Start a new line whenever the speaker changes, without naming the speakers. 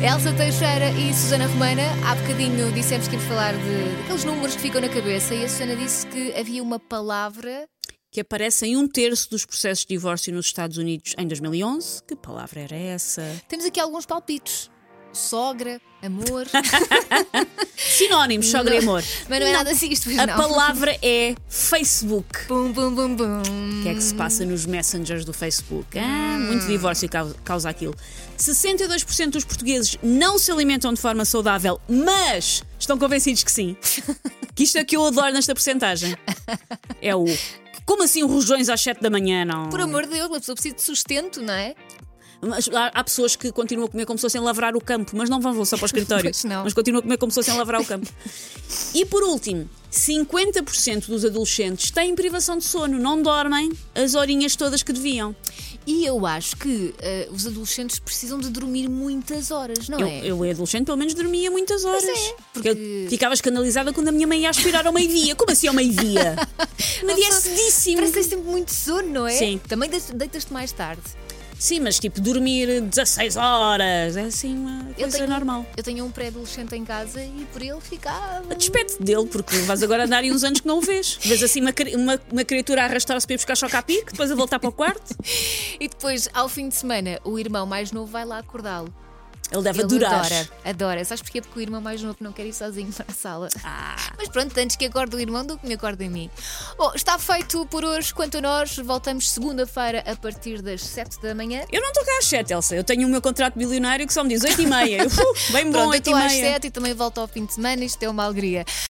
Elsa Teixeira e Susana Romana, há bocadinho dissemos que íamos falar de, daqueles números que ficam na cabeça e a Susana disse que havia uma palavra.
que aparece em um terço dos processos de divórcio nos Estados Unidos em 2011. Que palavra era essa?
Temos aqui alguns palpites: sogra, amor.
Sinónimos, sogra e amor.
Mas não é nada assim isto, pois
A
não.
palavra é Facebook.
Bum, bum, bum, bum.
O que é que se
Hum.
passa nos messengers do Facebook? Ah, muito divórcio cau- causa aquilo. 62% dos portugueses não se alimentam de forma saudável, mas estão convencidos que sim. Que isto é que eu adoro nesta porcentagem. É o. Como assim rojões às 7 da manhã, não?
Por amor de Deus, uma pessoa precisa de sustento, não é?
Mas há, há pessoas que continuam a comer como se fossem lavrar o campo, mas não vão só para o escritório.
Pois não.
Mas continuam a comer como se fossem lavrar o campo. e por último, 50% dos adolescentes têm privação de sono, não dormem as horinhas todas que deviam.
E eu acho que eh, os adolescentes precisam de dormir muitas horas, não
Eu,
é?
eu, adolescente, pelo menos dormia muitas horas.
é,
porque...
porque-
eu ficava escandalizada quando a minha mãe ia aspirar ao meio-dia. Como assim ao meio-dia? meio-dia é
Uma pessoa-
cedíssimo.
Parece que tens sempre muito sono, não é?
Sim.
Também de- deitas-te mais tarde.
Sim, mas tipo, dormir 16 horas é assim uma coisa normal.
Eu tenho um pré-adolescente em casa e por ele ficava.
Despede dele, porque vais agora andar aí uns anos que não o vês. Vês assim uma, cri- uma, uma criatura a arrastar-se para ir buscar chocapic, depois a voltar para o quarto.
E depois, ao fim de semana, o irmão mais novo vai lá acordá-lo.
Ele deve
Ele
adorar.
adora, adora. Sabes porquê? Porque o irmão mais novo não quer ir sozinho para a sala.
Ah,
Mas pronto, antes que acorde o irmão do que me acorde a mim. Bom, está feito por hoje. Quanto a nós, voltamos segunda-feira a partir das 7 da manhã.
eu não estou cá às 7, Elsa. Eu tenho o meu contrato bilionário que só me diz 8 e meia. Eu, uh, bem bom,
Pronto, eu
8 e
estou às
meia.
7 e também volto ao fim de semana. Isto é uma alegria.